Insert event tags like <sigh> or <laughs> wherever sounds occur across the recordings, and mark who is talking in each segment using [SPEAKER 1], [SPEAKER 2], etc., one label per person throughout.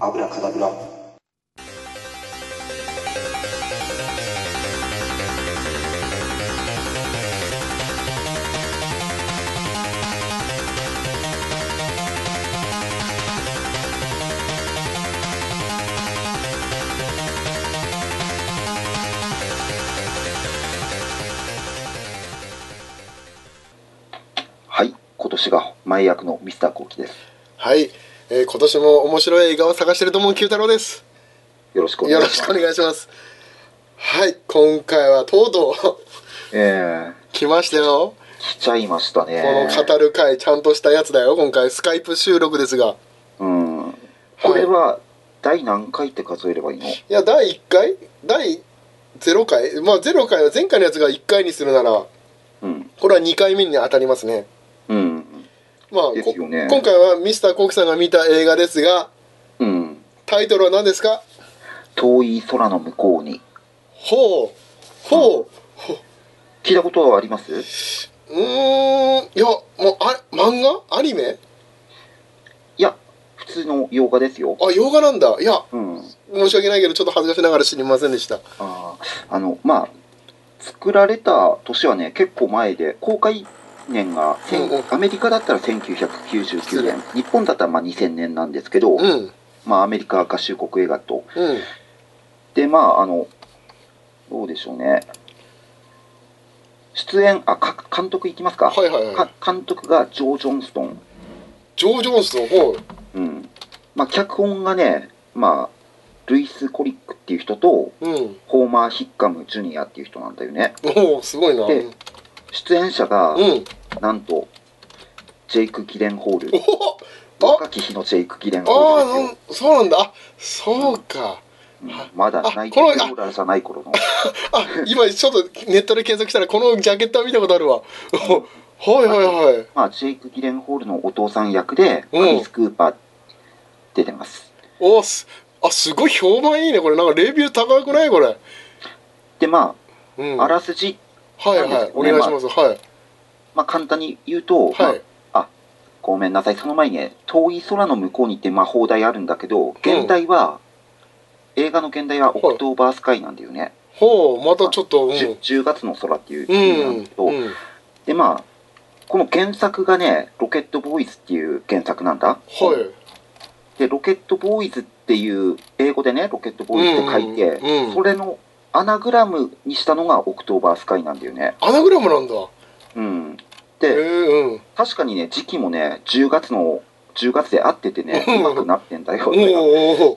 [SPEAKER 1] アブラカダブラ
[SPEAKER 2] はい今年が前役のミスターコウキです
[SPEAKER 3] はい、えー今年も面白い映画を探してると思う九太郎です
[SPEAKER 2] よろしくお
[SPEAKER 3] よ
[SPEAKER 2] 願い
[SPEAKER 3] ろ
[SPEAKER 2] し
[SPEAKER 3] し
[SPEAKER 2] ます
[SPEAKER 3] くお願いしますはい今回はとうとう
[SPEAKER 2] え
[SPEAKER 3] <laughs> 来ましたよ、
[SPEAKER 2] ー、来ちゃいましたね
[SPEAKER 3] この語る会ちゃんとしたやつだよ今回スカイプ収録ですが
[SPEAKER 2] うんこれは第何回って数えればいいの
[SPEAKER 3] いや第1回第0回まあ0回は前回のやつが1回にするなら
[SPEAKER 2] うん
[SPEAKER 3] これは2回目に当たりますね
[SPEAKER 2] うん
[SPEAKER 3] まあこ
[SPEAKER 2] ですよね
[SPEAKER 3] 今回はミスターコウキさんが見た映画ですが
[SPEAKER 2] うん
[SPEAKER 3] タイトルは何ですか
[SPEAKER 2] 遠い空の向こうに
[SPEAKER 3] ほうほう、
[SPEAKER 2] 聞いたことはあります
[SPEAKER 3] うーんいやもうあ漫画アニメ
[SPEAKER 2] いや普通の洋画ですよ
[SPEAKER 3] あ洋画なんだいや
[SPEAKER 2] うん
[SPEAKER 3] 申し訳ないけどちょっと恥ずかしながら知りませんでした
[SPEAKER 2] あーあのまあ作られた年はね結構前で公開年が千
[SPEAKER 3] うんうん
[SPEAKER 2] アメリカだったら1999年日本だったらまあ2000年なんですけど、
[SPEAKER 3] うん
[SPEAKER 2] まあ、アメリカ合衆国映画と
[SPEAKER 3] うん
[SPEAKER 2] でまああのどうでしょうね出演あか監督いきますか,、
[SPEAKER 3] はいはいはい
[SPEAKER 2] か監督がジョー・ジョンストン、
[SPEAKER 3] ジョー・ジョーンスの方
[SPEAKER 2] うんまあ、脚本がね、まあ、ルイス・コリックっていう人と
[SPEAKER 3] うん
[SPEAKER 2] ホーマー・ヒッカム・ジュニアっていう人なんだよね
[SPEAKER 3] おおすごいなう
[SPEAKER 2] で
[SPEAKER 3] ん
[SPEAKER 2] 出演者が、
[SPEAKER 3] うん
[SPEAKER 2] なんと、ジェイク・ギレンホール
[SPEAKER 3] お。おあ
[SPEAKER 2] 若き日のジェイク・ギレンホー
[SPEAKER 3] ああ
[SPEAKER 2] ル
[SPEAKER 3] な
[SPEAKER 2] で
[SPEAKER 3] んそうなんだあそうか
[SPEAKER 2] すよ。うんまだ
[SPEAKER 3] あ
[SPEAKER 2] ナイト・
[SPEAKER 3] こ
[SPEAKER 2] ロ
[SPEAKER 3] の
[SPEAKER 2] ーラーじゃない頃の。
[SPEAKER 3] あ今ちょっとネットで検索したらこのジャケットは見たことあるわ <laughs> おはいはいはい
[SPEAKER 2] まあ、ジェイク・ギレンホールのお父さん役で、ク
[SPEAKER 3] うん
[SPEAKER 2] リス・クーパー出てます。
[SPEAKER 3] おーすあすごい評判いいねこれなんかレビュー高くないこれ
[SPEAKER 2] で、ま
[SPEAKER 3] うん
[SPEAKER 2] あ、あ
[SPEAKER 3] はい
[SPEAKER 2] らすじ、
[SPEAKER 3] はいお願いしますはい
[SPEAKER 2] まあ、簡単に言うと、ま
[SPEAKER 3] は
[SPEAKER 2] あ
[SPEAKER 3] い
[SPEAKER 2] ごめんなさい、その前にね、遠い空の向こうにって、まあ、放題あるんだけど、現代は、映画の現代はオクトーバースカイなんだよね。
[SPEAKER 3] ほうまたちょっとうん
[SPEAKER 2] 10, 10月の空っていう
[SPEAKER 3] う
[SPEAKER 2] 意味なん
[SPEAKER 3] ん
[SPEAKER 2] だけど、
[SPEAKER 3] うん
[SPEAKER 2] でまあこの原作がね「ロケットボーイズ」っていう原作なんだ、
[SPEAKER 3] はい
[SPEAKER 2] で「ロケットボーイズ」っていう英語でね「ロケットボーイズ」って書いて、
[SPEAKER 3] うんうん
[SPEAKER 2] それのアナグラムにしたのが「オクトーバースカイ」なんだよね
[SPEAKER 3] アナグラムなんだ
[SPEAKER 2] うん
[SPEAKER 3] え
[SPEAKER 2] で
[SPEAKER 3] ー、うん
[SPEAKER 2] 確かにね時期もね10月の10月で合っててね
[SPEAKER 3] うん
[SPEAKER 2] うまくなってんだよ、
[SPEAKER 3] おーおー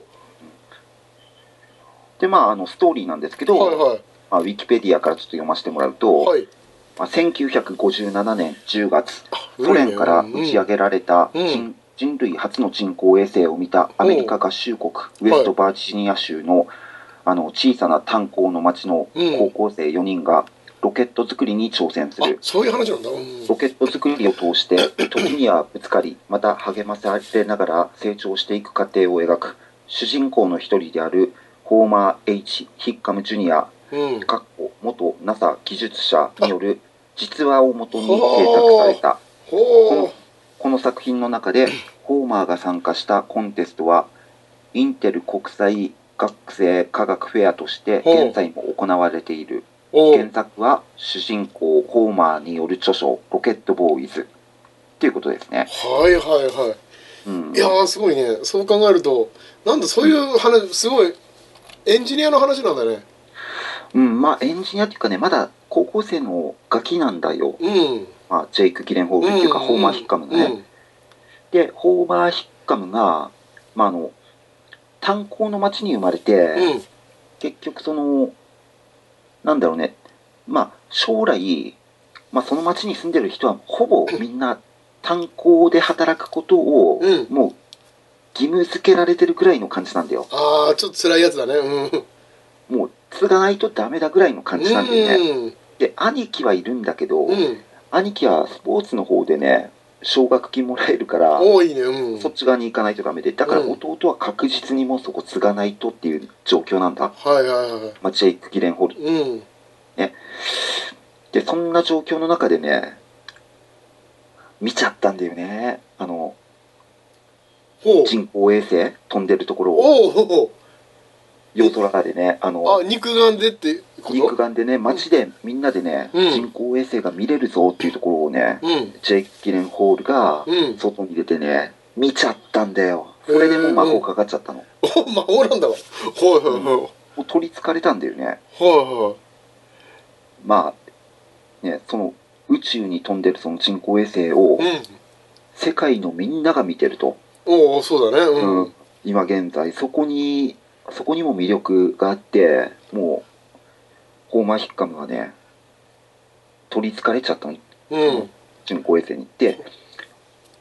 [SPEAKER 2] でまああのストーリーなんですけど、
[SPEAKER 3] はいはい
[SPEAKER 2] まあ、ウィキペディアからちょっと読ませてもらうと、
[SPEAKER 3] はい
[SPEAKER 2] まあ、1957年10月
[SPEAKER 3] うん
[SPEAKER 2] ソ連から打ち上げられた
[SPEAKER 3] うん
[SPEAKER 2] 人,、
[SPEAKER 3] うん
[SPEAKER 2] 人類初の人工衛星を見たアメリカ合衆国ウェストバージニア州の,、あの小さな炭鉱の町の
[SPEAKER 3] うん
[SPEAKER 2] 高校生4人がロケット作りに挑戦す
[SPEAKER 3] あ
[SPEAKER 2] る、
[SPEAKER 3] そういう話なんだ、うん
[SPEAKER 2] ロケット作りを通して時にはぶつかりまた励まされながら成長していく過程を描く主人公の一人であるホーマー・ H ・ヒッカム・ジュニア
[SPEAKER 3] うん、
[SPEAKER 2] かっこ元 NASA 技術者による実話をもとに制作された
[SPEAKER 3] ほう
[SPEAKER 2] この作品の中でホーマーが参加したコンテストはインテル国際学生科学フェアとして
[SPEAKER 3] ほう
[SPEAKER 2] 現在も行われている
[SPEAKER 3] お
[SPEAKER 2] 原
[SPEAKER 3] う
[SPEAKER 2] 作は主人公ホーマーによる著書「ロケットボーイズ」っていうことですね。
[SPEAKER 3] はいはいは
[SPEAKER 2] うん
[SPEAKER 3] いいやーすごいねそう考えるとなんだそういう話すごいエンジニアの話なんだね
[SPEAKER 2] うん、まあエンジニアっていうかねまだ高校生のガキなんだよ、
[SPEAKER 3] うん
[SPEAKER 2] まあ、ジェイク・ギレンホールっていうか、ホーマー・ヒッカムのね。
[SPEAKER 3] うん
[SPEAKER 2] で、ホーバー・ヒッカムが、まあ、あの、炭鉱の町に生まれて、
[SPEAKER 3] うん
[SPEAKER 2] 結局その、なんだろうね、まあ、将来、まあ、その町に住んでる人は、ほぼみんな炭鉱で働くことを、
[SPEAKER 3] うん
[SPEAKER 2] もう、義務付けられてるぐらいの感じなんだよ。
[SPEAKER 3] ああちょっと辛いやつだねうん
[SPEAKER 2] もう、継がないとダメだぐらいの感じなんだよね。
[SPEAKER 3] うん
[SPEAKER 2] で、兄貴はいるんだけど、
[SPEAKER 3] うん
[SPEAKER 2] 兄貴はスポーツの方でね、奨学金もらえるから、
[SPEAKER 3] おーいいねうん
[SPEAKER 2] そっち側に行かないとダメで、だから
[SPEAKER 3] うん
[SPEAKER 2] 弟は確実にもうそこ継がないとっていう状況なんだ。
[SPEAKER 3] はいはいはい
[SPEAKER 2] まあ、ジェイク・ギレンホール。
[SPEAKER 3] うん
[SPEAKER 2] で、そんな状況の中でね、見ちゃったんだよね。あの、
[SPEAKER 3] ほう
[SPEAKER 2] 人工衛星飛んでるところを
[SPEAKER 3] おうおう
[SPEAKER 2] 夜空でねあ
[SPEAKER 3] おうあ
[SPEAKER 2] の
[SPEAKER 3] 肉眼でってこと
[SPEAKER 2] 肉眼でね街でみんなでね、
[SPEAKER 3] うん
[SPEAKER 2] 人工衛星が見れるぞっていうところをね、
[SPEAKER 3] うん
[SPEAKER 2] ジェイク・ギレンホールが
[SPEAKER 3] うん <laughs>
[SPEAKER 2] 外に出てね見ちゃったんだよそれでもう魔法かかっちゃったの、
[SPEAKER 3] お魔法なんだわほうほうほう
[SPEAKER 2] もう取りつかれたんだよね
[SPEAKER 3] ほうほ
[SPEAKER 2] まあねその宇宙に飛んでるその人工衛星を
[SPEAKER 3] ううん
[SPEAKER 2] 世界のみんなが見てると、
[SPEAKER 3] おうおうそうだねうん、
[SPEAKER 2] うん今現在そこにそこにも魅力があってもうホーマー・ヒッカムはね取りつかれちゃったの
[SPEAKER 3] うん
[SPEAKER 2] 人工衛星に行って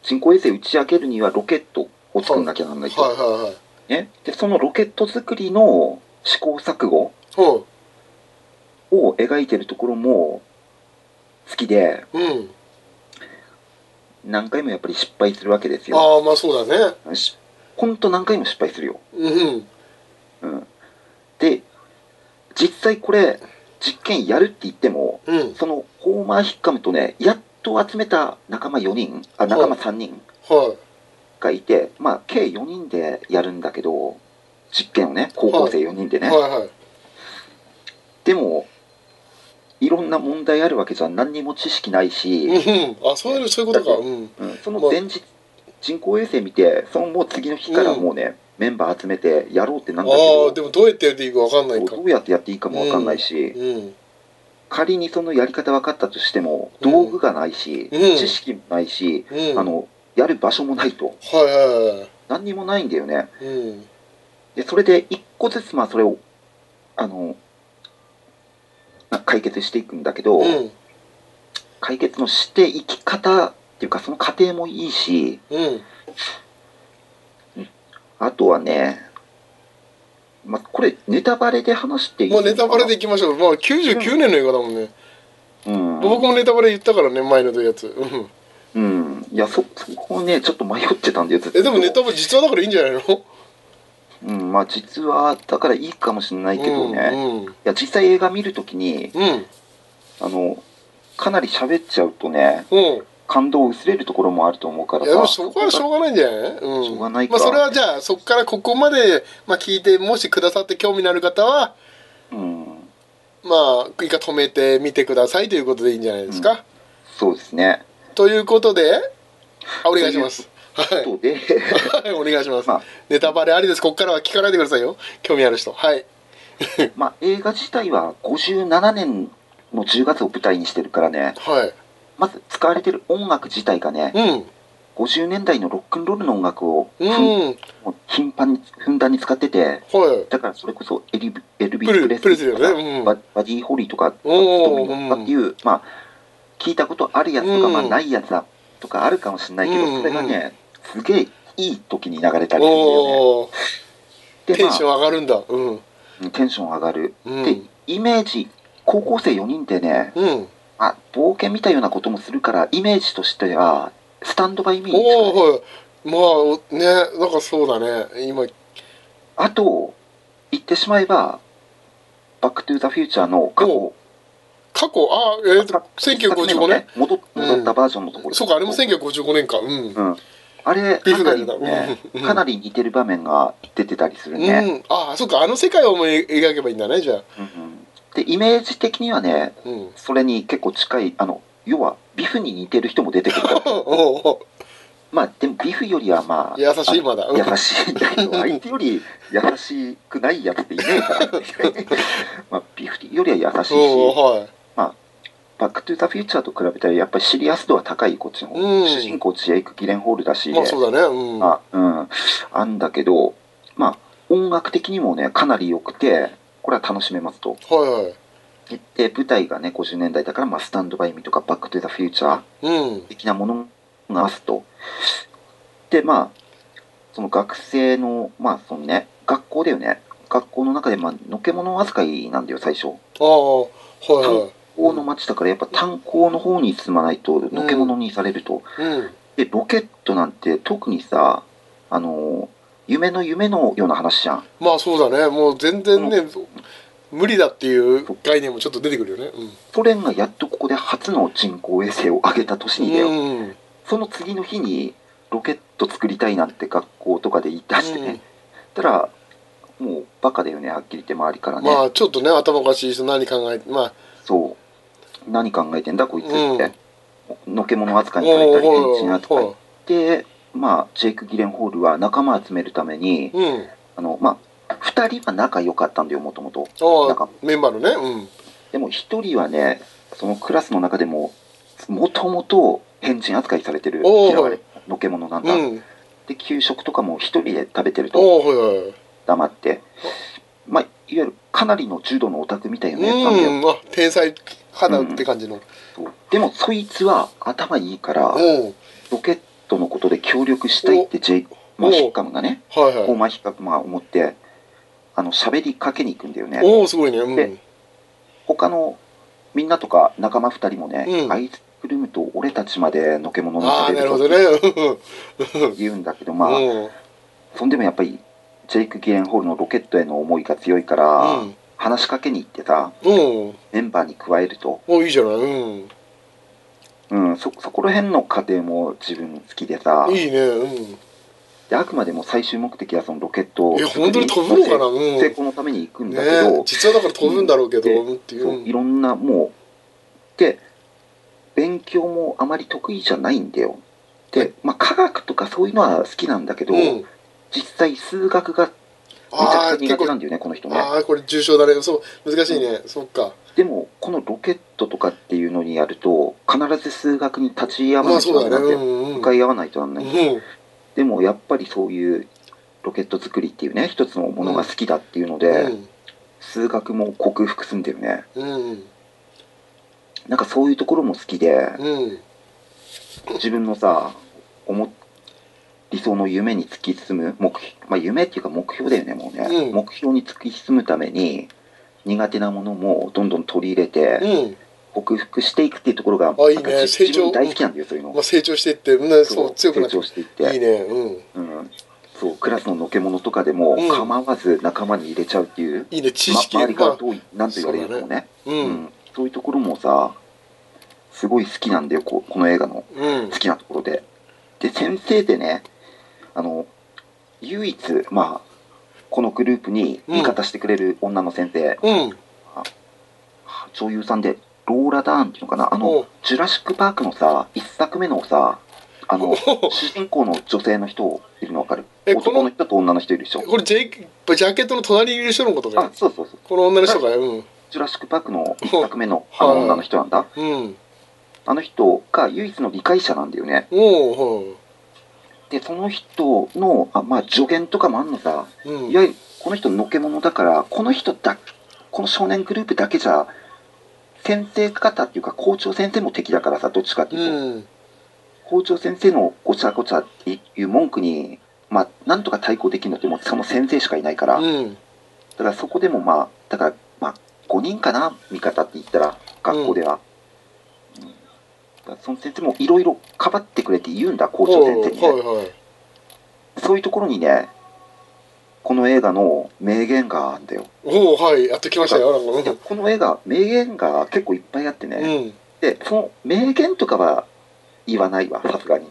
[SPEAKER 2] 人工衛星打ち上げるにはロケットを作んなきゃなんな
[SPEAKER 3] はいい
[SPEAKER 2] と、
[SPEAKER 3] はいはい
[SPEAKER 2] ね、でそのロケット作りの試行錯誤
[SPEAKER 3] ほ
[SPEAKER 2] を描いてるところも好きで
[SPEAKER 3] ううん
[SPEAKER 2] 何回もやっぱり失敗するわけですよ
[SPEAKER 3] ああまあそうだね
[SPEAKER 2] しほんと何回も失敗するよ、
[SPEAKER 3] うん
[SPEAKER 2] うん、で実際これ実験やるって言っても
[SPEAKER 3] うん
[SPEAKER 2] そのホーマー・ヒッカムとねやっと集めた仲間4人あ仲間3人
[SPEAKER 3] は
[SPEAKER 2] がいてまあ計4人でやるんだけど実験をね高校生4人で
[SPEAKER 3] い
[SPEAKER 2] ね、
[SPEAKER 3] はいはい
[SPEAKER 2] でもいろんな問題あるわけじゃん何にも知識ないし、
[SPEAKER 3] うんあそういうそういうことかうん
[SPEAKER 2] うんその前日人工衛星見てそのもう次の日からもうね、メンバー集めてやろうってな
[SPEAKER 3] あ
[SPEAKER 2] んだけ
[SPEAKER 3] あ
[SPEAKER 2] ど
[SPEAKER 3] でもどうやってやっていいかわかんないか
[SPEAKER 2] どうやってやっていいかもわかんないし、
[SPEAKER 3] うん
[SPEAKER 2] 仮にそのやり方分かったとしても
[SPEAKER 3] うん
[SPEAKER 2] 道具がないし、
[SPEAKER 3] うん
[SPEAKER 2] 知識もないし、
[SPEAKER 3] うん
[SPEAKER 2] あのやる場所もないと
[SPEAKER 3] はいはいは
[SPEAKER 2] 何にもないんだよね
[SPEAKER 3] いうん
[SPEAKER 2] でそれで一個ずつまあそれをあのな解決していくんだけど、
[SPEAKER 3] うん
[SPEAKER 2] 解決のしていき方っていうかその過程もいいし
[SPEAKER 3] うん
[SPEAKER 2] あとはね、まあ、これネタバレで話していい
[SPEAKER 3] まあネタバレで
[SPEAKER 2] で、
[SPEAKER 3] いきましょうまあ99年の映画だもんね
[SPEAKER 2] うん、
[SPEAKER 3] 僕もネタバレ言ったからね前のやつうん
[SPEAKER 2] うん、いやそそこをねちょっと迷ってたんだよずっと
[SPEAKER 3] えでもネタバレ実はだからいいんじゃないの
[SPEAKER 2] うんまあ実はだからいいかもしれないけどね、いや実際映画見るときに
[SPEAKER 3] うんうん
[SPEAKER 2] あのかなり喋っちゃうとね
[SPEAKER 3] うんうん
[SPEAKER 2] 感動薄れるところもあると思うから
[SPEAKER 3] いやでも
[SPEAKER 2] さ
[SPEAKER 3] そこはしょうがないんじゃないうん
[SPEAKER 2] しょうがないか
[SPEAKER 3] まあそれはじゃあそこからここまでまあ聞いてもしくださって興味のある方は
[SPEAKER 2] うん
[SPEAKER 3] まあ一回止めてみてくださいということでいいんじゃないですか
[SPEAKER 2] そうですね
[SPEAKER 3] ということであお願いしますはい
[SPEAKER 2] とで <laughs>
[SPEAKER 3] はい、お願いします、
[SPEAKER 2] まあ
[SPEAKER 3] ネタバレありです。ここからは聞かないでくださいよ。興味ある人。はい。
[SPEAKER 2] まあ映画自体は57年の10月を舞台にしてるからね
[SPEAKER 3] はい。
[SPEAKER 2] まず使われてる音楽自体がね
[SPEAKER 3] うん。
[SPEAKER 2] 50年代のロックンロールの音楽を <laughs> ふん
[SPEAKER 3] うん。
[SPEAKER 2] もう頻繁にふんだんに使ってて
[SPEAKER 3] はい。
[SPEAKER 2] だからそれこそエリブエルビ
[SPEAKER 3] プ
[SPEAKER 2] ス・プ
[SPEAKER 3] レ
[SPEAKER 2] レス
[SPEAKER 3] プレス
[SPEAKER 2] リー
[SPEAKER 3] だ
[SPEAKER 2] とか
[SPEAKER 3] よねうん
[SPEAKER 2] ババディ・ホリーとかドミ
[SPEAKER 3] おお。
[SPEAKER 2] ノとかっていう、まあ聞いたことあるやつとか、
[SPEAKER 3] うん
[SPEAKER 2] まあ、ないやつだとかあるかもしれないけど、
[SPEAKER 3] うん
[SPEAKER 2] それがねすげえいい時に流れたりするんだよね
[SPEAKER 3] おお。
[SPEAKER 2] で、
[SPEAKER 3] テ
[SPEAKER 2] ま
[SPEAKER 3] ンション上がるんだ。うん。
[SPEAKER 2] あ、テンション上がる、
[SPEAKER 3] うん
[SPEAKER 2] でイメージ高校生4人でね、
[SPEAKER 3] うん。
[SPEAKER 2] あ、冒険見たようなこともするからイメージとしてはスタンドバイミーに近い
[SPEAKER 3] おお、はい。まあお、ね、なんかそうだね。今、
[SPEAKER 2] あと言ってしまえば「バック・トゥ・ザ・フューチャー」の過去
[SPEAKER 3] お過去、あ、えっ、ー、と、1955年、
[SPEAKER 2] 戻っ戻ったバージョンのところ、
[SPEAKER 3] そうか、あれも1955年か。うん。
[SPEAKER 2] うん、あれ
[SPEAKER 3] ビ
[SPEAKER 2] か
[SPEAKER 3] フ
[SPEAKER 2] な
[SPEAKER 3] が
[SPEAKER 2] り
[SPEAKER 3] 出た
[SPEAKER 2] ね
[SPEAKER 3] うん
[SPEAKER 2] かなり似てる場面が出てたりする
[SPEAKER 3] う
[SPEAKER 2] ね、
[SPEAKER 3] ん、ああそうかあの世界を思い描けばいいんだねじゃあ、
[SPEAKER 2] うんうんでイメージ的にはね
[SPEAKER 3] うん <laughs>
[SPEAKER 2] それに結構近いあの要はビフに似てる人も出
[SPEAKER 3] <laughs>
[SPEAKER 2] てくるから
[SPEAKER 3] おお
[SPEAKER 2] まあでもビフよりはまあ
[SPEAKER 3] 優しいまだ
[SPEAKER 2] あの優しいんだけど相手より優しくないやつっていないから、
[SPEAKER 3] <laughs>
[SPEAKER 2] ねまあ、ビフよりは優しいし
[SPEAKER 3] おおはい
[SPEAKER 2] バック・トゥ・ザ・フューチャーと比べたらやっぱりシリアス度は高いこっちの方、
[SPEAKER 3] うん
[SPEAKER 2] 主人公ジェイク・ギレンホールだし、
[SPEAKER 3] まあそうだねうん
[SPEAKER 2] まあうん、あんだけど、まあ、音楽的にもねかなり良くてこれは楽しめますと
[SPEAKER 3] はいはい
[SPEAKER 2] で舞台がね50年代だから、まあ、スタンド・バイ・ミーとかバック・トゥ・ザ・フューチャー
[SPEAKER 3] うん
[SPEAKER 2] 的なものがあすとでまあその学生のまあそのね学校だよね学校の中で、まあのけ者扱いなんだよ最初
[SPEAKER 3] ああはいはい
[SPEAKER 2] 炭鉱の町だからやっぱ炭鉱の方に進まないとのけ者にされると、
[SPEAKER 3] うん
[SPEAKER 2] でロケットなんて特にさあの夢の夢のような話じゃん
[SPEAKER 3] まあそうだねもう全然ね、無理だっていう概念もちょっと出てくるよね
[SPEAKER 2] ソ連がやっとここで初の人工衛星を上げた年
[SPEAKER 3] うん
[SPEAKER 2] にだよ、
[SPEAKER 3] うん
[SPEAKER 2] その次の日にロケット作りたいなんて学校とかで言い出してね、たらもうバカだよねはっきり言って周りからね、
[SPEAKER 3] まあちょっとね頭おかしい人何考えてまあ
[SPEAKER 2] そう何考えてんだこいつっ
[SPEAKER 3] うん
[SPEAKER 2] て、のけ者扱いされ
[SPEAKER 3] お
[SPEAKER 2] た
[SPEAKER 3] う
[SPEAKER 2] り
[SPEAKER 3] ほ
[SPEAKER 2] 変
[SPEAKER 3] ら
[SPEAKER 2] 人扱いでまあジェイク・ギレンホールは仲間集めるために
[SPEAKER 3] うん
[SPEAKER 2] あのまあ2人は仲良かったんだよもともとなん
[SPEAKER 3] あ
[SPEAKER 2] か
[SPEAKER 3] あメンバーのねうん
[SPEAKER 2] でも1人はねそのクラスの中でももともと変人扱いされてる
[SPEAKER 3] おう
[SPEAKER 2] 嫌われのけ者なんだ、
[SPEAKER 3] うん
[SPEAKER 2] で給食とかも1人で食べてると
[SPEAKER 3] おおほいほい
[SPEAKER 2] 黙って、まあ、いわゆるかなりの重度のオタクみたいなやつなんだよ、
[SPEAKER 3] うんあ天才肌って感じの
[SPEAKER 2] そうでもそいつは頭いいから
[SPEAKER 3] おお
[SPEAKER 2] ロケットのことで協力したいってジェイ、まあ、
[SPEAKER 3] お
[SPEAKER 2] ヒッカムがね
[SPEAKER 3] はいは
[SPEAKER 2] ホー
[SPEAKER 3] い
[SPEAKER 2] マー・ヒッカムは思ってあの喋りかけに行くんだよね
[SPEAKER 3] おおすごいねうん
[SPEAKER 2] で他のみんなとか仲間2人もね、
[SPEAKER 3] うん
[SPEAKER 2] あいつくるむと俺たちまでのけ者に
[SPEAKER 3] あ
[SPEAKER 2] さ
[SPEAKER 3] あ
[SPEAKER 2] れ
[SPEAKER 3] な
[SPEAKER 2] る
[SPEAKER 3] るほ
[SPEAKER 2] と
[SPEAKER 3] どねうん
[SPEAKER 2] 言うんだけどまあ、
[SPEAKER 3] うん
[SPEAKER 2] そんでもやっぱりジェイク・ギレンホールのロケットへの思いが強いから、
[SPEAKER 3] うん
[SPEAKER 2] 話しかけに行ってさ
[SPEAKER 3] うん
[SPEAKER 2] メンバーに加えると
[SPEAKER 3] おいいじゃないうん
[SPEAKER 2] うん、そそこら辺の過程も自分好きでさ
[SPEAKER 3] いいねうん
[SPEAKER 2] であくまでも最終目的はそのロケットを
[SPEAKER 3] いや本当に飛ぶのかなうん
[SPEAKER 2] 成
[SPEAKER 3] ね
[SPEAKER 2] 功のために行くんだけど、
[SPEAKER 3] 実はだから飛ぶんだろうけど
[SPEAKER 2] う
[SPEAKER 3] うんってい
[SPEAKER 2] そういう
[SPEAKER 3] う
[SPEAKER 2] ろんなもうで勉強もあまり得意じゃないんだよで、まあ、科学とかそういうのは好きなんだけど、
[SPEAKER 3] うん
[SPEAKER 2] 実際数学がめち
[SPEAKER 3] あ
[SPEAKER 2] ゃ
[SPEAKER 3] あ
[SPEAKER 2] くちゃ苦手な
[SPEAKER 3] 結構
[SPEAKER 2] んだよねこの人ね
[SPEAKER 3] ああこれ重症だねそう難しいねそっか
[SPEAKER 2] でもこのロケットとかっていうのにやると必ず数学に立ち会わ
[SPEAKER 3] ま
[SPEAKER 2] な
[SPEAKER 3] あ
[SPEAKER 2] いと
[SPEAKER 3] そう
[SPEAKER 2] ダメ
[SPEAKER 3] だ
[SPEAKER 2] なん
[SPEAKER 3] ね
[SPEAKER 2] だよ、
[SPEAKER 3] うんうん
[SPEAKER 2] 向かい合わないとなんない、
[SPEAKER 3] うん
[SPEAKER 2] でもやっぱりそういうロケット作りっていうね一つのものが好きだっていうので、
[SPEAKER 3] うん
[SPEAKER 2] 数学も克服すんだよね
[SPEAKER 3] うん
[SPEAKER 2] なんかそういうところも好きで
[SPEAKER 3] うん
[SPEAKER 2] 自分のさ思理想の夢に突き進む目標、まあ、夢っていうか目標だよねもうね、
[SPEAKER 3] うん
[SPEAKER 2] 目標に突き進むために苦手なものもどんどん取り入れて
[SPEAKER 3] うん
[SPEAKER 2] 克服していくっていうところが
[SPEAKER 3] あいいね
[SPEAKER 2] なんか
[SPEAKER 3] 成長
[SPEAKER 2] 自分大好きなんだよそういうの、
[SPEAKER 3] まあ成長していってねそう強くな
[SPEAKER 2] 成
[SPEAKER 3] って
[SPEAKER 2] 長していって
[SPEAKER 3] いいねうん
[SPEAKER 2] うん、そうクラスののけ者とかでも
[SPEAKER 3] うん
[SPEAKER 2] 構わず仲間に入れちゃうっていう、
[SPEAKER 3] いいね知
[SPEAKER 2] ま、
[SPEAKER 3] 識
[SPEAKER 2] 周りから
[SPEAKER 3] まあ
[SPEAKER 2] どうなんと言われるかもね
[SPEAKER 3] う
[SPEAKER 2] うん
[SPEAKER 3] ん
[SPEAKER 2] そういうところもさすごい好きなんだよここの映画の
[SPEAKER 3] うん
[SPEAKER 2] 好きなところでで先生でねあの唯一まあこのグループに味方してくれる女の先生、
[SPEAKER 3] うん
[SPEAKER 2] 女優さんでローラ・ダーンっていうのかなあ
[SPEAKER 3] おう
[SPEAKER 2] の「ジュラシック・パーク」のさ一作目のさあの
[SPEAKER 3] お
[SPEAKER 2] 主人公の女性の人いるの分かる
[SPEAKER 3] えこ
[SPEAKER 2] 男
[SPEAKER 3] の
[SPEAKER 2] の人と女の人いるでしょ
[SPEAKER 3] これジェイクジャケットの隣にいる人のこと
[SPEAKER 2] あ
[SPEAKER 3] か
[SPEAKER 2] そうそうそう
[SPEAKER 3] この女の人がうん
[SPEAKER 2] ジュラシック・パークの一作目のあの女の人なんだ
[SPEAKER 3] うん
[SPEAKER 2] あの人が唯一の理解者なんだよね
[SPEAKER 3] おお
[SPEAKER 2] でその人のあまあ助言とかもあんのさ
[SPEAKER 3] う
[SPEAKER 2] い
[SPEAKER 3] ん
[SPEAKER 2] わゆるこの人のけ者だからこの人だこの少年グループだけじゃ先生方っていうか校長先生も敵だからさどっちかっていうと、
[SPEAKER 3] うん
[SPEAKER 2] 校長先生のごちゃごちゃっていう文句にまあなんとか対抗できるのってもうその先生しかいないから、
[SPEAKER 3] うん
[SPEAKER 2] だからそこでもまあだからまあ5人かな味方って言ったら学校では、うんだからその先生もいろいろかばってくれって言うんだ校長先生にね、
[SPEAKER 3] はいはい
[SPEAKER 2] そういうところにねこの映画の名言があるんだよ
[SPEAKER 3] おおはいやっときましたよなん
[SPEAKER 2] いや
[SPEAKER 3] か
[SPEAKER 2] この映画名言が結構いっぱいあってね、
[SPEAKER 3] うんうんい
[SPEAKER 2] でその名言とかは言わないわさすがに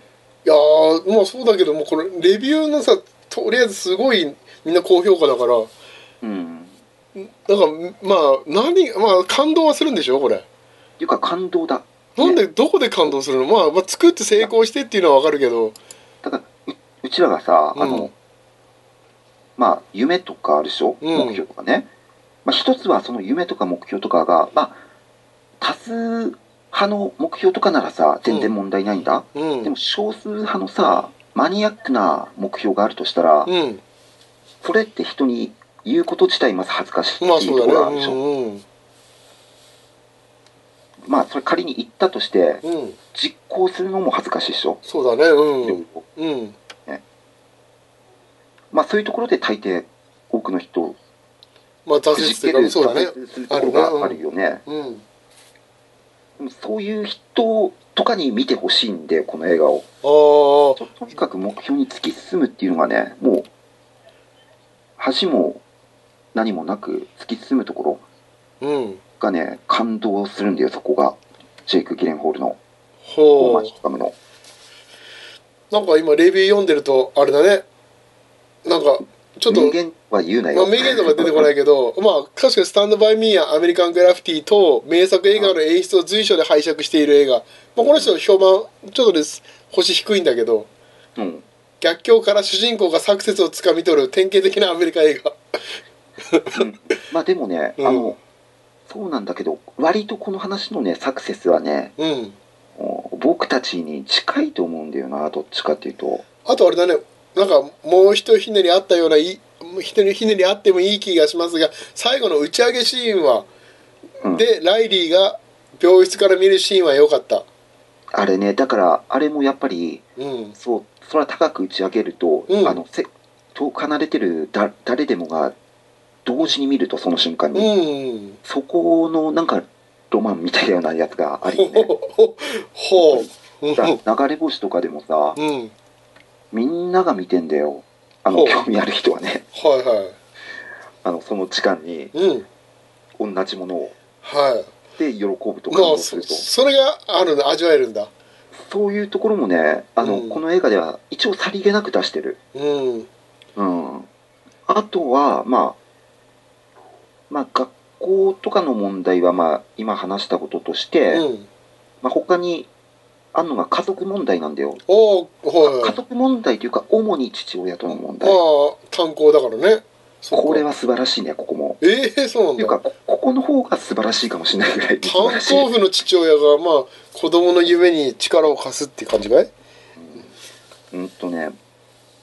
[SPEAKER 3] やーまあそうだけどもうこれレビューのさとりあえずすごいみんな高評価だから
[SPEAKER 2] うん
[SPEAKER 3] なんかまあ何まあ感動はするんでしょこれ
[SPEAKER 2] っていうか感動だ
[SPEAKER 3] なんでどこで感動するのまあまあ作って成功してっていうのはわかるけど
[SPEAKER 2] だからううちらがさあの、
[SPEAKER 3] うん
[SPEAKER 2] まあ夢とかあるでしょ、
[SPEAKER 3] うん
[SPEAKER 2] 目標とかね、まあ、一つはその夢とか目標とかがまあ多数派の目標とかならさ全然問題ないんだ、
[SPEAKER 3] うん
[SPEAKER 2] でも少数派のさマニアックな目標があるとしたら、
[SPEAKER 3] うん
[SPEAKER 2] それって人に言うこと自体まず恥ずかしいって
[SPEAKER 3] まあ
[SPEAKER 2] いうと
[SPEAKER 3] そう
[SPEAKER 2] ころがあ
[SPEAKER 3] だ
[SPEAKER 2] るで
[SPEAKER 3] ね
[SPEAKER 2] し
[SPEAKER 3] う
[SPEAKER 2] ょ、
[SPEAKER 3] んうん
[SPEAKER 2] まあそれ仮に言ったとして
[SPEAKER 3] うん
[SPEAKER 2] 実行するのも恥ずかしいでしょ、
[SPEAKER 3] そうだね
[SPEAKER 2] で
[SPEAKER 3] うん
[SPEAKER 2] も
[SPEAKER 3] うん
[SPEAKER 2] まあそういうところで大抵多くの人
[SPEAKER 3] まあ挫折って
[SPEAKER 2] 実
[SPEAKER 3] いう
[SPEAKER 2] 験
[SPEAKER 3] かそうだね
[SPEAKER 2] するところがあるよね、
[SPEAKER 3] うん
[SPEAKER 2] でもそういう人とかに見てほしいんでこの映画を
[SPEAKER 3] ああ
[SPEAKER 2] ととにかく目標に突き進むっていうのがねもう橋も何もなく突き進むところ
[SPEAKER 3] うん
[SPEAKER 2] がね感動するんだよそこがジェイク・ギレンホールのフォーマ
[SPEAKER 3] ほ
[SPEAKER 2] ー・ヒッカムの
[SPEAKER 3] なんか今レビュー読んでるとあれだねなんかちょっと
[SPEAKER 2] 名言は言うな
[SPEAKER 3] まあ、
[SPEAKER 2] よ。
[SPEAKER 3] 名言とか出てこないけどまあ確かに「スタンド・バイ・ミー」や「アメリカン・グラフィティ」と名作映画の演出を随所で拝借している映画、まあ、この人の評判ちょっとです星低いんだけど
[SPEAKER 2] うん。
[SPEAKER 3] 逆境から主人公がサクセスをつかみ取る典型的なアメリカ映画
[SPEAKER 2] まあでもね、
[SPEAKER 3] <laughs> うん
[SPEAKER 2] あの、そうなんだけど、割とこの話のね、サクセスはね、
[SPEAKER 3] うん
[SPEAKER 2] お僕たちに近いと思うんだよな、どっちかっていうと。
[SPEAKER 3] あとあれだねなんかもうひとひねりあったようないいひとひねりあってもいい気がしますが最後の打ち上げシーンは、
[SPEAKER 2] うん
[SPEAKER 3] でライリーが病室から見るシーンは良かった
[SPEAKER 2] あれね、だから、あれもやっぱり、
[SPEAKER 3] うん
[SPEAKER 2] そう、空高く打ち上げると、
[SPEAKER 3] うん
[SPEAKER 2] あの、せ遠く離れてるだ誰でもが、同時に見ると、その瞬間
[SPEAKER 3] う
[SPEAKER 2] に、
[SPEAKER 3] ん
[SPEAKER 2] そこのなんか、ロマンみたいなやつがある
[SPEAKER 3] ほ <laughs>
[SPEAKER 2] よね。
[SPEAKER 3] ほほう
[SPEAKER 2] だ流れ星とかでもさ、
[SPEAKER 3] うん
[SPEAKER 2] みんなが見てんだよ。あ
[SPEAKER 3] ほ
[SPEAKER 2] の、
[SPEAKER 3] う
[SPEAKER 2] 興味ある人はね、
[SPEAKER 3] はいは
[SPEAKER 2] あの、その時間に
[SPEAKER 3] い。うん。
[SPEAKER 2] 同じものを、
[SPEAKER 3] はい。
[SPEAKER 2] で、喜ぶと感
[SPEAKER 3] ま
[SPEAKER 2] 動
[SPEAKER 3] あ、
[SPEAKER 2] す
[SPEAKER 3] そ
[SPEAKER 2] ると。
[SPEAKER 3] それがあるの、味わえるんだ。
[SPEAKER 2] そういうところもね、あの、
[SPEAKER 3] うん
[SPEAKER 2] この映画では一応さりげなく出してる。
[SPEAKER 3] うん。
[SPEAKER 2] うん。あとは、まあ、まあ、学校とかの問題は、まあ、今話したこととして、
[SPEAKER 3] うん。
[SPEAKER 2] まあ、他にあんのが家族問題なんだよ。
[SPEAKER 3] おお、はい
[SPEAKER 2] 家。族問題というか、主に父親との問
[SPEAKER 3] ま
[SPEAKER 2] 題。
[SPEAKER 3] あ、炭鉱だからね。そっか
[SPEAKER 2] これ。は素晴らしいね、ここも。
[SPEAKER 3] ええそうなん
[SPEAKER 2] という
[SPEAKER 3] だ。
[SPEAKER 2] か、こここの方が素晴らしいかもしれないぐらい素晴
[SPEAKER 3] 炭
[SPEAKER 2] らしい。
[SPEAKER 3] 鉱夫の父親が、まあ、子供の夢に力を貸すっていう感じかい
[SPEAKER 2] うんとね、だか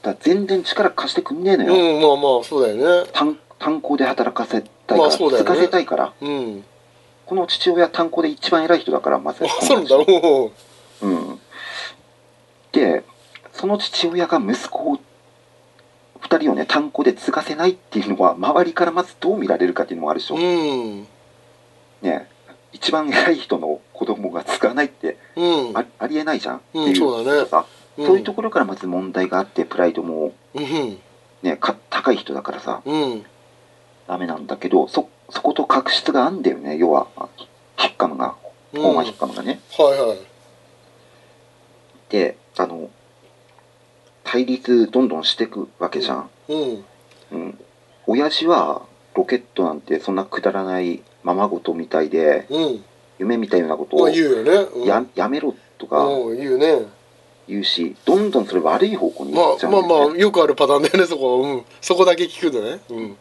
[SPEAKER 2] ら全然力貸してくんねえの
[SPEAKER 3] う
[SPEAKER 2] よ。
[SPEAKER 3] ん、まあまあ、そうだよね。
[SPEAKER 2] 炭炭鉱で働かせたいから、
[SPEAKER 3] まあそうだよ
[SPEAKER 2] つ
[SPEAKER 3] ね
[SPEAKER 2] かせたいから。
[SPEAKER 3] うん。
[SPEAKER 2] この父親は炭鉱で一番偉い人だから、まず
[SPEAKER 3] あ、。そうなんだ。も
[SPEAKER 2] うん。で、その父親が息子を、二人をね、炭鉱で継がせないっていうのは、周りからまずどう見られるかっていうのもあるでし
[SPEAKER 3] う。
[SPEAKER 2] ょ。
[SPEAKER 3] うん。
[SPEAKER 2] ね一番偉い人の子供が継がないって
[SPEAKER 3] うん。
[SPEAKER 2] あありえないじゃんって
[SPEAKER 3] うん、
[SPEAKER 2] いう、
[SPEAKER 3] そうだね。
[SPEAKER 2] さ、
[SPEAKER 3] うん
[SPEAKER 2] そういうところからまず問題があって、プライドも、
[SPEAKER 3] うん。
[SPEAKER 2] ね、か高い人だからさ、
[SPEAKER 3] うん。
[SPEAKER 2] ダメなんだけど、そ、そこと確執があんだよね、要は、ヒッカムが、
[SPEAKER 3] うん。
[SPEAKER 2] ホーマ
[SPEAKER 3] は
[SPEAKER 2] ー
[SPEAKER 3] い
[SPEAKER 2] ヒッカムがね。
[SPEAKER 3] はい。
[SPEAKER 2] であの対立どんどんしていくわけじゃん、
[SPEAKER 3] うん。
[SPEAKER 2] うん、親父はロケットなんてそんなくだらないままごとみたいで
[SPEAKER 3] うん。
[SPEAKER 2] 夢みたいなこと
[SPEAKER 3] ま
[SPEAKER 2] を
[SPEAKER 3] あ、
[SPEAKER 2] や,、
[SPEAKER 3] 言うよね。うん。
[SPEAKER 2] やめろとか
[SPEAKER 3] うん、言うね。
[SPEAKER 2] 言うしどんどんそれ悪い方向に
[SPEAKER 3] ま
[SPEAKER 2] 行っちゃ
[SPEAKER 3] あ
[SPEAKER 2] うんだ
[SPEAKER 3] ま
[SPEAKER 2] よ
[SPEAKER 3] あ
[SPEAKER 2] ね、
[SPEAKER 3] まあよくあるパターンだよねそこは、うん、そこだけ聞くんだねうん、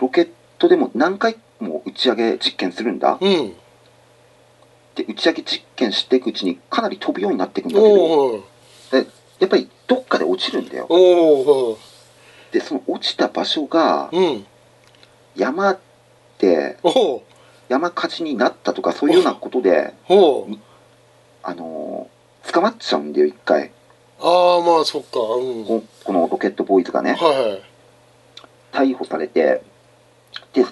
[SPEAKER 2] ロケットでも何回も打ち上げ実験するんだ
[SPEAKER 3] うん、
[SPEAKER 2] で打ち上げ実験していくうちにかなり飛ぶようになっていくんだけど
[SPEAKER 3] おー
[SPEAKER 2] やっぱりどっかで落ちるんだよ
[SPEAKER 3] おー
[SPEAKER 2] でその落ちた場所が
[SPEAKER 3] うん
[SPEAKER 2] 山で
[SPEAKER 3] おー
[SPEAKER 2] 山火事になったとかそういうようなことで
[SPEAKER 3] おー
[SPEAKER 2] あのー捕まっちゃうんだよ、一回。
[SPEAKER 3] ああまあそっかうんはい
[SPEAKER 2] ここのロケットボーイズがね、
[SPEAKER 3] はい
[SPEAKER 2] 逮捕されて、で、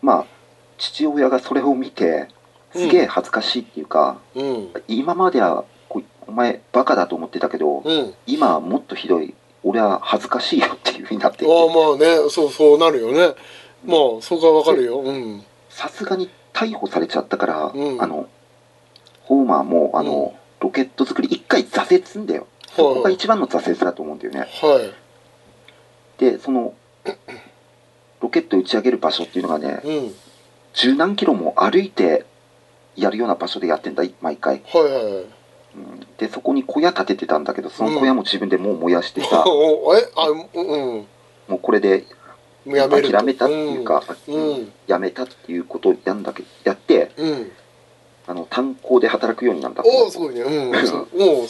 [SPEAKER 2] まあ、父親がそれを見て、すげえ恥ずかしいっていうか、
[SPEAKER 3] うん
[SPEAKER 2] 今まではこう、お前バカだと思ってたけど、
[SPEAKER 3] うん
[SPEAKER 2] 今はもっとひどい、俺は恥ずかしいよっていうふうになってい
[SPEAKER 3] ああ
[SPEAKER 2] て、
[SPEAKER 3] まあねそうそうなるよねまあそこはわかるようん
[SPEAKER 2] さすがに逮捕されちゃったから、
[SPEAKER 3] うん
[SPEAKER 2] あの、ホーマーも、あの、ロケット作り一回挫折すんだよ。そこが
[SPEAKER 3] はい
[SPEAKER 2] 一番の挫折だと思うんだよね。
[SPEAKER 3] は
[SPEAKER 2] でそのロケット打ち上げる場所っていうのがね
[SPEAKER 3] いうん
[SPEAKER 2] 十何キロも歩いてやるような場所でやってんだ毎回、
[SPEAKER 3] はいはい
[SPEAKER 2] うんでそこに小屋建ててたんだけどその小屋も自分でもう燃やしてさ、
[SPEAKER 3] おーえあうんうん
[SPEAKER 2] もうこれで
[SPEAKER 3] もうやめると
[SPEAKER 2] 諦めたっていうか、
[SPEAKER 3] うんうん
[SPEAKER 2] やめたっていうことをやんだけやって
[SPEAKER 3] うん、うん、
[SPEAKER 2] あの炭鉱で働くようになった
[SPEAKER 3] おおすごいねうんそうも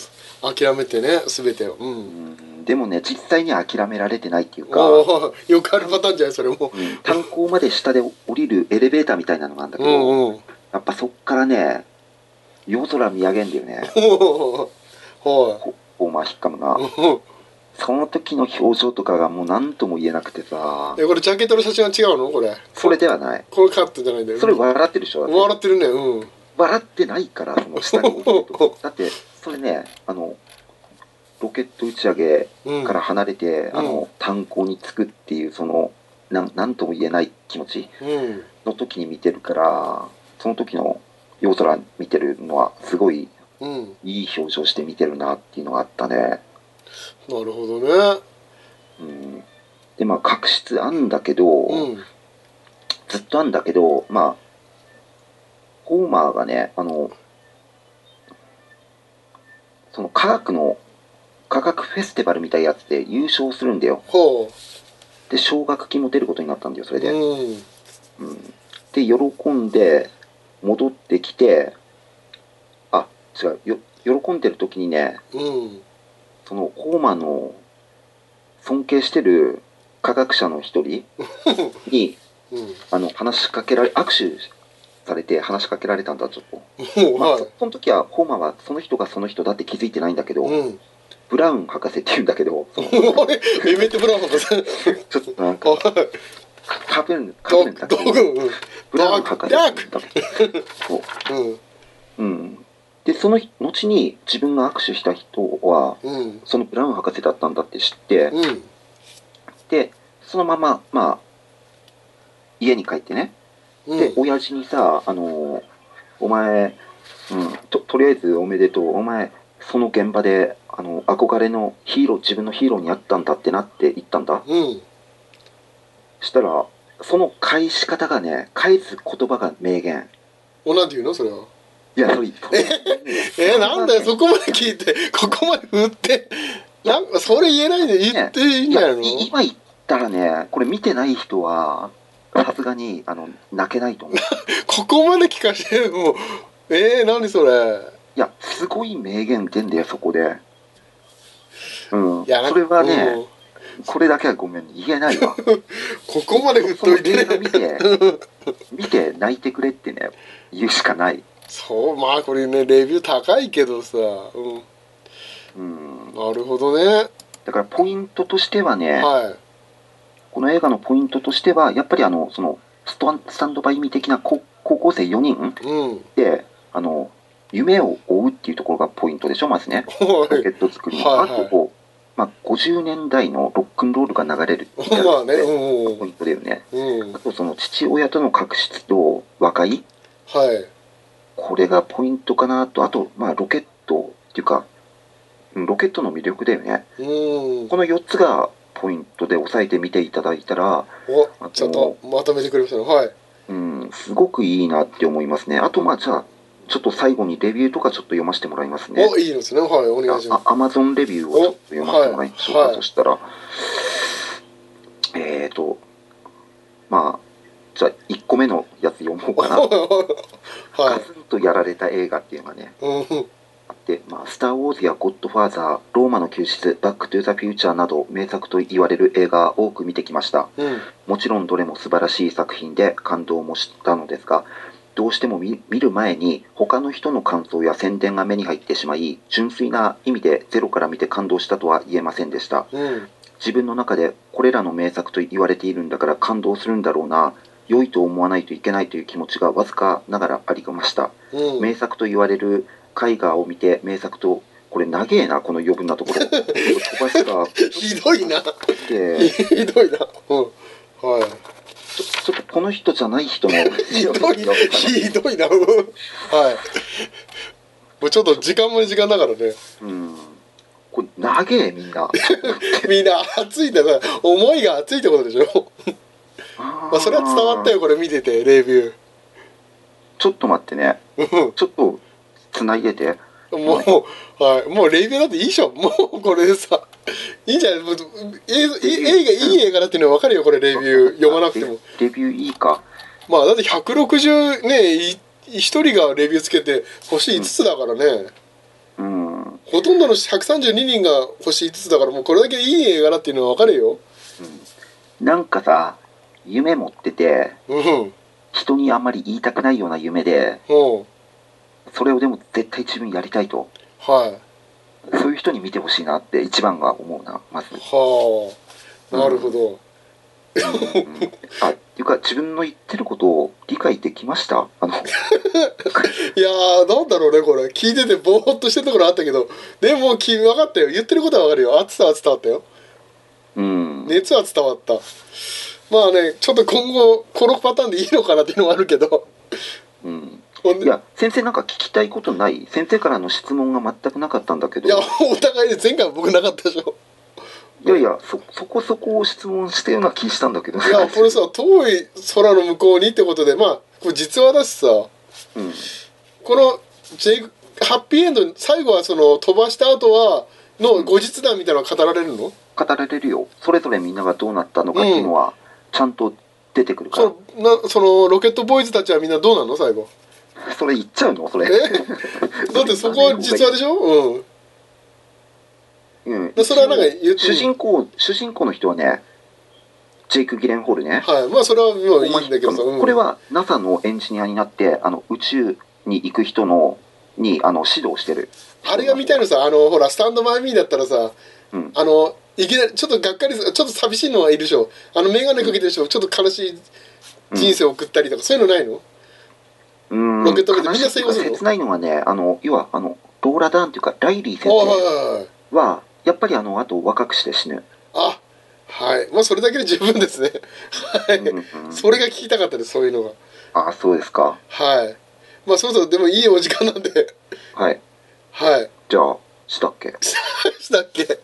[SPEAKER 3] う諦めてね全てをう
[SPEAKER 2] うんんでもね実際には諦められてないっていうか、う
[SPEAKER 3] おおよくあるパター <laughs> ンじゃないそれも
[SPEAKER 2] ん炭鉱まで下で降りるエレベーターみたいなのがあるんだけ
[SPEAKER 3] う
[SPEAKER 2] ど、
[SPEAKER 3] ん <laughs> うん
[SPEAKER 2] やっぱそっからね夜空見上げんだよね
[SPEAKER 3] おおは
[SPEAKER 2] ホーマー・ヒッカムが、
[SPEAKER 3] い
[SPEAKER 2] その時の表情とかがもう何とも言えなくてさ、
[SPEAKER 3] えこれジャケットの写真は違うのこれ
[SPEAKER 2] それではない。
[SPEAKER 3] これカットじゃないんだよ
[SPEAKER 2] それ笑ってるでしょだって
[SPEAKER 3] 笑ってるねうん
[SPEAKER 2] 笑ってないから、その下に置いてる
[SPEAKER 3] <laughs>
[SPEAKER 2] と。だって、それね、あの、ロケット打ち上げ
[SPEAKER 3] うん
[SPEAKER 2] から離れて、
[SPEAKER 3] うん
[SPEAKER 2] あの、炭鉱に着くっていう、その、なん、なんとも言えない気持ち
[SPEAKER 3] うん
[SPEAKER 2] の時に見てるから、その時の夜空見てるのは、すごい
[SPEAKER 3] うん
[SPEAKER 2] いい表情して見てるなっていうのがあったね。
[SPEAKER 3] なるほどね。
[SPEAKER 2] うん、でまあ確執あんだけど、
[SPEAKER 3] うん。
[SPEAKER 2] ずっとあんだけどまあホーマーがねあのその科学の科学フェスティバルみたいなやつで優勝するんだよ
[SPEAKER 3] ほ
[SPEAKER 2] で奨学金も出ることになったんだよそれ
[SPEAKER 3] う。
[SPEAKER 2] で、
[SPEAKER 3] うん。
[SPEAKER 2] で喜んで戻ってきてあ違うよ喜んでる時にね
[SPEAKER 3] うん。
[SPEAKER 2] そのホーマーの尊敬してる科学者の一人
[SPEAKER 3] <laughs>
[SPEAKER 2] に
[SPEAKER 3] うん。
[SPEAKER 2] あの話しかけられ握手されて話しかけられたんだちょっと、
[SPEAKER 3] もう、
[SPEAKER 2] まあ、
[SPEAKER 3] は
[SPEAKER 2] そその時はホーマーはその人がその人だって気づいてないんだけど、
[SPEAKER 3] い。うん。
[SPEAKER 2] ブラウン博士って言うんだけどそ
[SPEAKER 3] <laughs>
[SPEAKER 2] の
[SPEAKER 3] あれエメット・ブラウン博士。
[SPEAKER 2] ちょっとなんか
[SPEAKER 3] あ
[SPEAKER 2] かかぶるんかぶる
[SPEAKER 3] ド
[SPEAKER 2] ん <laughs> だ
[SPEAKER 3] ッ
[SPEAKER 2] けど
[SPEAKER 3] グ。ドッグ。
[SPEAKER 2] ブラウン博士
[SPEAKER 3] ダー
[SPEAKER 2] っ
[SPEAKER 3] ク
[SPEAKER 2] て言うんだけどそう
[SPEAKER 3] うん。
[SPEAKER 2] うん、でその後に自分が握手した人は
[SPEAKER 3] うん。
[SPEAKER 2] そのブラウン博士だったんだって知って
[SPEAKER 3] うん。
[SPEAKER 2] でそのまま、まあ、家に帰ってね
[SPEAKER 3] う
[SPEAKER 2] で
[SPEAKER 3] ん。
[SPEAKER 2] 親父にさ「あのーお前、うん、ととりあえずおめでとうお前その現場であの憧れのヒーロー自分のヒーローに会ったんだってなって言ったんだ
[SPEAKER 3] うん。
[SPEAKER 2] したらその返し方がね返す言葉が名言
[SPEAKER 3] お、なんて言うのそれは。
[SPEAKER 2] いやそれそれ
[SPEAKER 3] えー、なんだよ、そこまで聞いて、ここまで振って。なんか、それ言えないで言っていいん
[SPEAKER 2] い
[SPEAKER 3] じゃな
[SPEAKER 2] や
[SPEAKER 3] いの
[SPEAKER 2] い今言ったらねこれ見てない人はさすがにあの泣けないと思う
[SPEAKER 3] ここまで聞かして、もう。えー、何それ。
[SPEAKER 2] いやすごい名言出んだよそこでうん
[SPEAKER 3] いや、な
[SPEAKER 2] そ
[SPEAKER 3] んか
[SPEAKER 2] れはね、
[SPEAKER 3] うん
[SPEAKER 2] これだけはごめん言えないわ
[SPEAKER 3] ここまで <laughs> 振っ
[SPEAKER 2] その
[SPEAKER 3] とい
[SPEAKER 2] 映
[SPEAKER 3] て
[SPEAKER 2] 画
[SPEAKER 3] ね。
[SPEAKER 2] 見て <laughs> 見て泣いてくれってね言うしかない
[SPEAKER 3] そう、まあ、これね、レビュー高いけどさ。うん。
[SPEAKER 2] うん
[SPEAKER 3] なるほどね。
[SPEAKER 2] だからポイントとしてはね、
[SPEAKER 3] は
[SPEAKER 2] この映画のポイントとしてはやっぱりあのそのストアンスタンドバイミー的な高高校生4人
[SPEAKER 3] い。うん。
[SPEAKER 2] であの夢を追うっていうところがポイントでしょまずね
[SPEAKER 3] は
[SPEAKER 2] ロケ
[SPEAKER 3] い。
[SPEAKER 2] ット作りの、
[SPEAKER 3] はいはい
[SPEAKER 2] あとこう、まあ、50年代のロックンロールが流れるみたいな
[SPEAKER 3] まあ
[SPEAKER 2] の
[SPEAKER 3] ね、
[SPEAKER 2] が
[SPEAKER 3] うん
[SPEAKER 2] ポイントだよね。
[SPEAKER 3] うん。うん
[SPEAKER 2] あ。とその父親との確執と和解
[SPEAKER 3] はい。
[SPEAKER 2] これがポイントかなとあと、まあ、ロケットっていうかうんロケットの魅力だよね
[SPEAKER 3] うん。
[SPEAKER 2] この4つがポイントで押さえてみていただいたら、
[SPEAKER 3] お、ちょっとまとめてくれましたね。はい。
[SPEAKER 2] うん、すごくいいなって思いますねあとまあじゃあちょっと最後にレビューとかちょっと読ませてもらいますね
[SPEAKER 3] お、いいですね。はい、お願いしま
[SPEAKER 2] あアマゾンレビューをちょっと読ませてもらいましょうか、
[SPEAKER 3] おはい
[SPEAKER 2] そしたらえっ、ー、とまあじゃあ1個目のやつ読もう
[SPEAKER 3] す。
[SPEAKER 2] かな
[SPEAKER 3] は
[SPEAKER 2] ガ
[SPEAKER 3] い。
[SPEAKER 2] ツンとやられた映画っていうのがね
[SPEAKER 3] うん。
[SPEAKER 2] あって「まあ、スター・ウォーズ」や「ゴッドファーザー」「ローマの救出」「バック・トゥ・ザ・フューチャー」など名作と言われる映画を多く見てきました
[SPEAKER 3] うん。
[SPEAKER 2] もちろんどれも素晴らしい作品で感動もしたのですが、どうしても見見る前に他の人の感想や宣伝が目に入ってしまい、純粋な意味でゼロから見て感動したとは言えませんでした。
[SPEAKER 3] うん。
[SPEAKER 2] 自分の中でこれらの名作と言われているんだから感動するんだろうな、良いと思わないといけないという気持ちがわずかながらありました。
[SPEAKER 3] うん。
[SPEAKER 2] 名作と言われる絵画を見て名作とこれ長えな、この余分なところ。飛ばしが
[SPEAKER 3] ひどいな。
[SPEAKER 2] で
[SPEAKER 3] ひどいな。うん。はい。
[SPEAKER 2] ちょちょっとこの人じゃない人の。
[SPEAKER 3] ひどい、ひどいな。うんはい。もうちょっと時間も時間だからね。
[SPEAKER 2] うん。これ、長え、みんな。
[SPEAKER 3] みんな熱いんだな。思いが熱いってことでしょ。
[SPEAKER 2] あ
[SPEAKER 3] <laughs> まあ、それは伝わったよ、。これ見てて、レビュ
[SPEAKER 2] ちょっと待ってね。
[SPEAKER 3] ー。 <laughs>
[SPEAKER 2] ちょっと、繋いでて。
[SPEAKER 3] うん。もう、はい。もうレビューだっていいでしょ。もうこれでさ。いいんじゃないもう映像いい映画、いい映画だっていうのは分かるよ、これ、レビュー。読まなくても。
[SPEAKER 2] レ。レビューいいか。
[SPEAKER 3] まあ、だって160ね、い一人がレビューつけて、星5つだからね。
[SPEAKER 2] うん。うん
[SPEAKER 3] ほとんどの132人が星5つだから、もうこれだけいい映画だっていうのは分かるよ。
[SPEAKER 2] なんかさ、夢持ってて、
[SPEAKER 3] うん。
[SPEAKER 2] 人にあんまり言いたくないような夢で、
[SPEAKER 3] うん。
[SPEAKER 2] それをでも絶対自分やりたいと。
[SPEAKER 3] はい。
[SPEAKER 2] そういう人に見てほしいなって一番が思うな、まず。
[SPEAKER 3] はあ。なるほど。
[SPEAKER 2] うんあ、っていうか自分の言ってることを理解できましたあの、
[SPEAKER 3] いやー、なんだろうね、これ。聞いててぼーっとしてるところあったけど、でも、き分かったよ。言ってることは分かるよ。熱さは伝わったよ。
[SPEAKER 2] うん。
[SPEAKER 3] 熱は伝わった。まあね、ちょっと今後、このパターンでいいのかなっていうのはあるけど。
[SPEAKER 2] うん
[SPEAKER 3] ほんで
[SPEAKER 2] いや先生なんか聞きたいことない先生からの質問が全くなかったんだけど
[SPEAKER 3] いやお互いで前回僕なかったでしょ
[SPEAKER 2] いやいやそそこそこを質問したような気したんだけど
[SPEAKER 3] いやこれさ遠い空の向こうにってことでまあこれ実話だしさこ
[SPEAKER 2] うん
[SPEAKER 3] のジェイクハッピーエンド最後はその飛ばした後はの後日談みたいなのが語られるの、
[SPEAKER 2] 語られるよそれぞれみんながどうなったのかっていうのはちゃんと出てくるから、
[SPEAKER 3] そのなそのロケットボーイズたちはみんなどうなの最後
[SPEAKER 2] それ言っちゃうのそれ
[SPEAKER 3] えだってそこ
[SPEAKER 2] <laughs>
[SPEAKER 3] は実話でしょうん
[SPEAKER 2] うん
[SPEAKER 3] でそれはなんか言って
[SPEAKER 2] 主人公主人公の人はねジェイク・ギレンホールね、
[SPEAKER 3] はいまあそれはもうい
[SPEAKER 2] 思
[SPEAKER 3] いんだけどさ、うん
[SPEAKER 2] これは NASA のエンジニアになってあの宇宙に行く人のにあの指導してる
[SPEAKER 3] あれが見たいのさあのほらスタンドバイミーだったらさ、
[SPEAKER 2] うん
[SPEAKER 3] あのいきなりちょっとがっかりするちょっと寂しいのはいるでしょあの眼鏡かけてる人ちょっと悲しい人生を送ったりとか、そういうのないの
[SPEAKER 2] うん
[SPEAKER 3] ロケットロケットみんな
[SPEAKER 2] 悲しい
[SPEAKER 3] 成功するの
[SPEAKER 2] 切ないのはねあの要はあのローラ・ダーンというかライリー
[SPEAKER 3] あ
[SPEAKER 2] 先
[SPEAKER 3] は
[SPEAKER 2] 生
[SPEAKER 3] いはいはい
[SPEAKER 2] はやっぱりあのあと若くして死ぬ、
[SPEAKER 3] あはいまあそれだけで十分ですねはい、
[SPEAKER 2] うんうん
[SPEAKER 3] <laughs> それが聞きたかったですそういうのが
[SPEAKER 2] ああそうですか
[SPEAKER 3] はいまあそろそろでもいいお時間なんで
[SPEAKER 2] はい
[SPEAKER 3] はい <laughs>
[SPEAKER 2] じゃあしたっけ
[SPEAKER 3] したっけ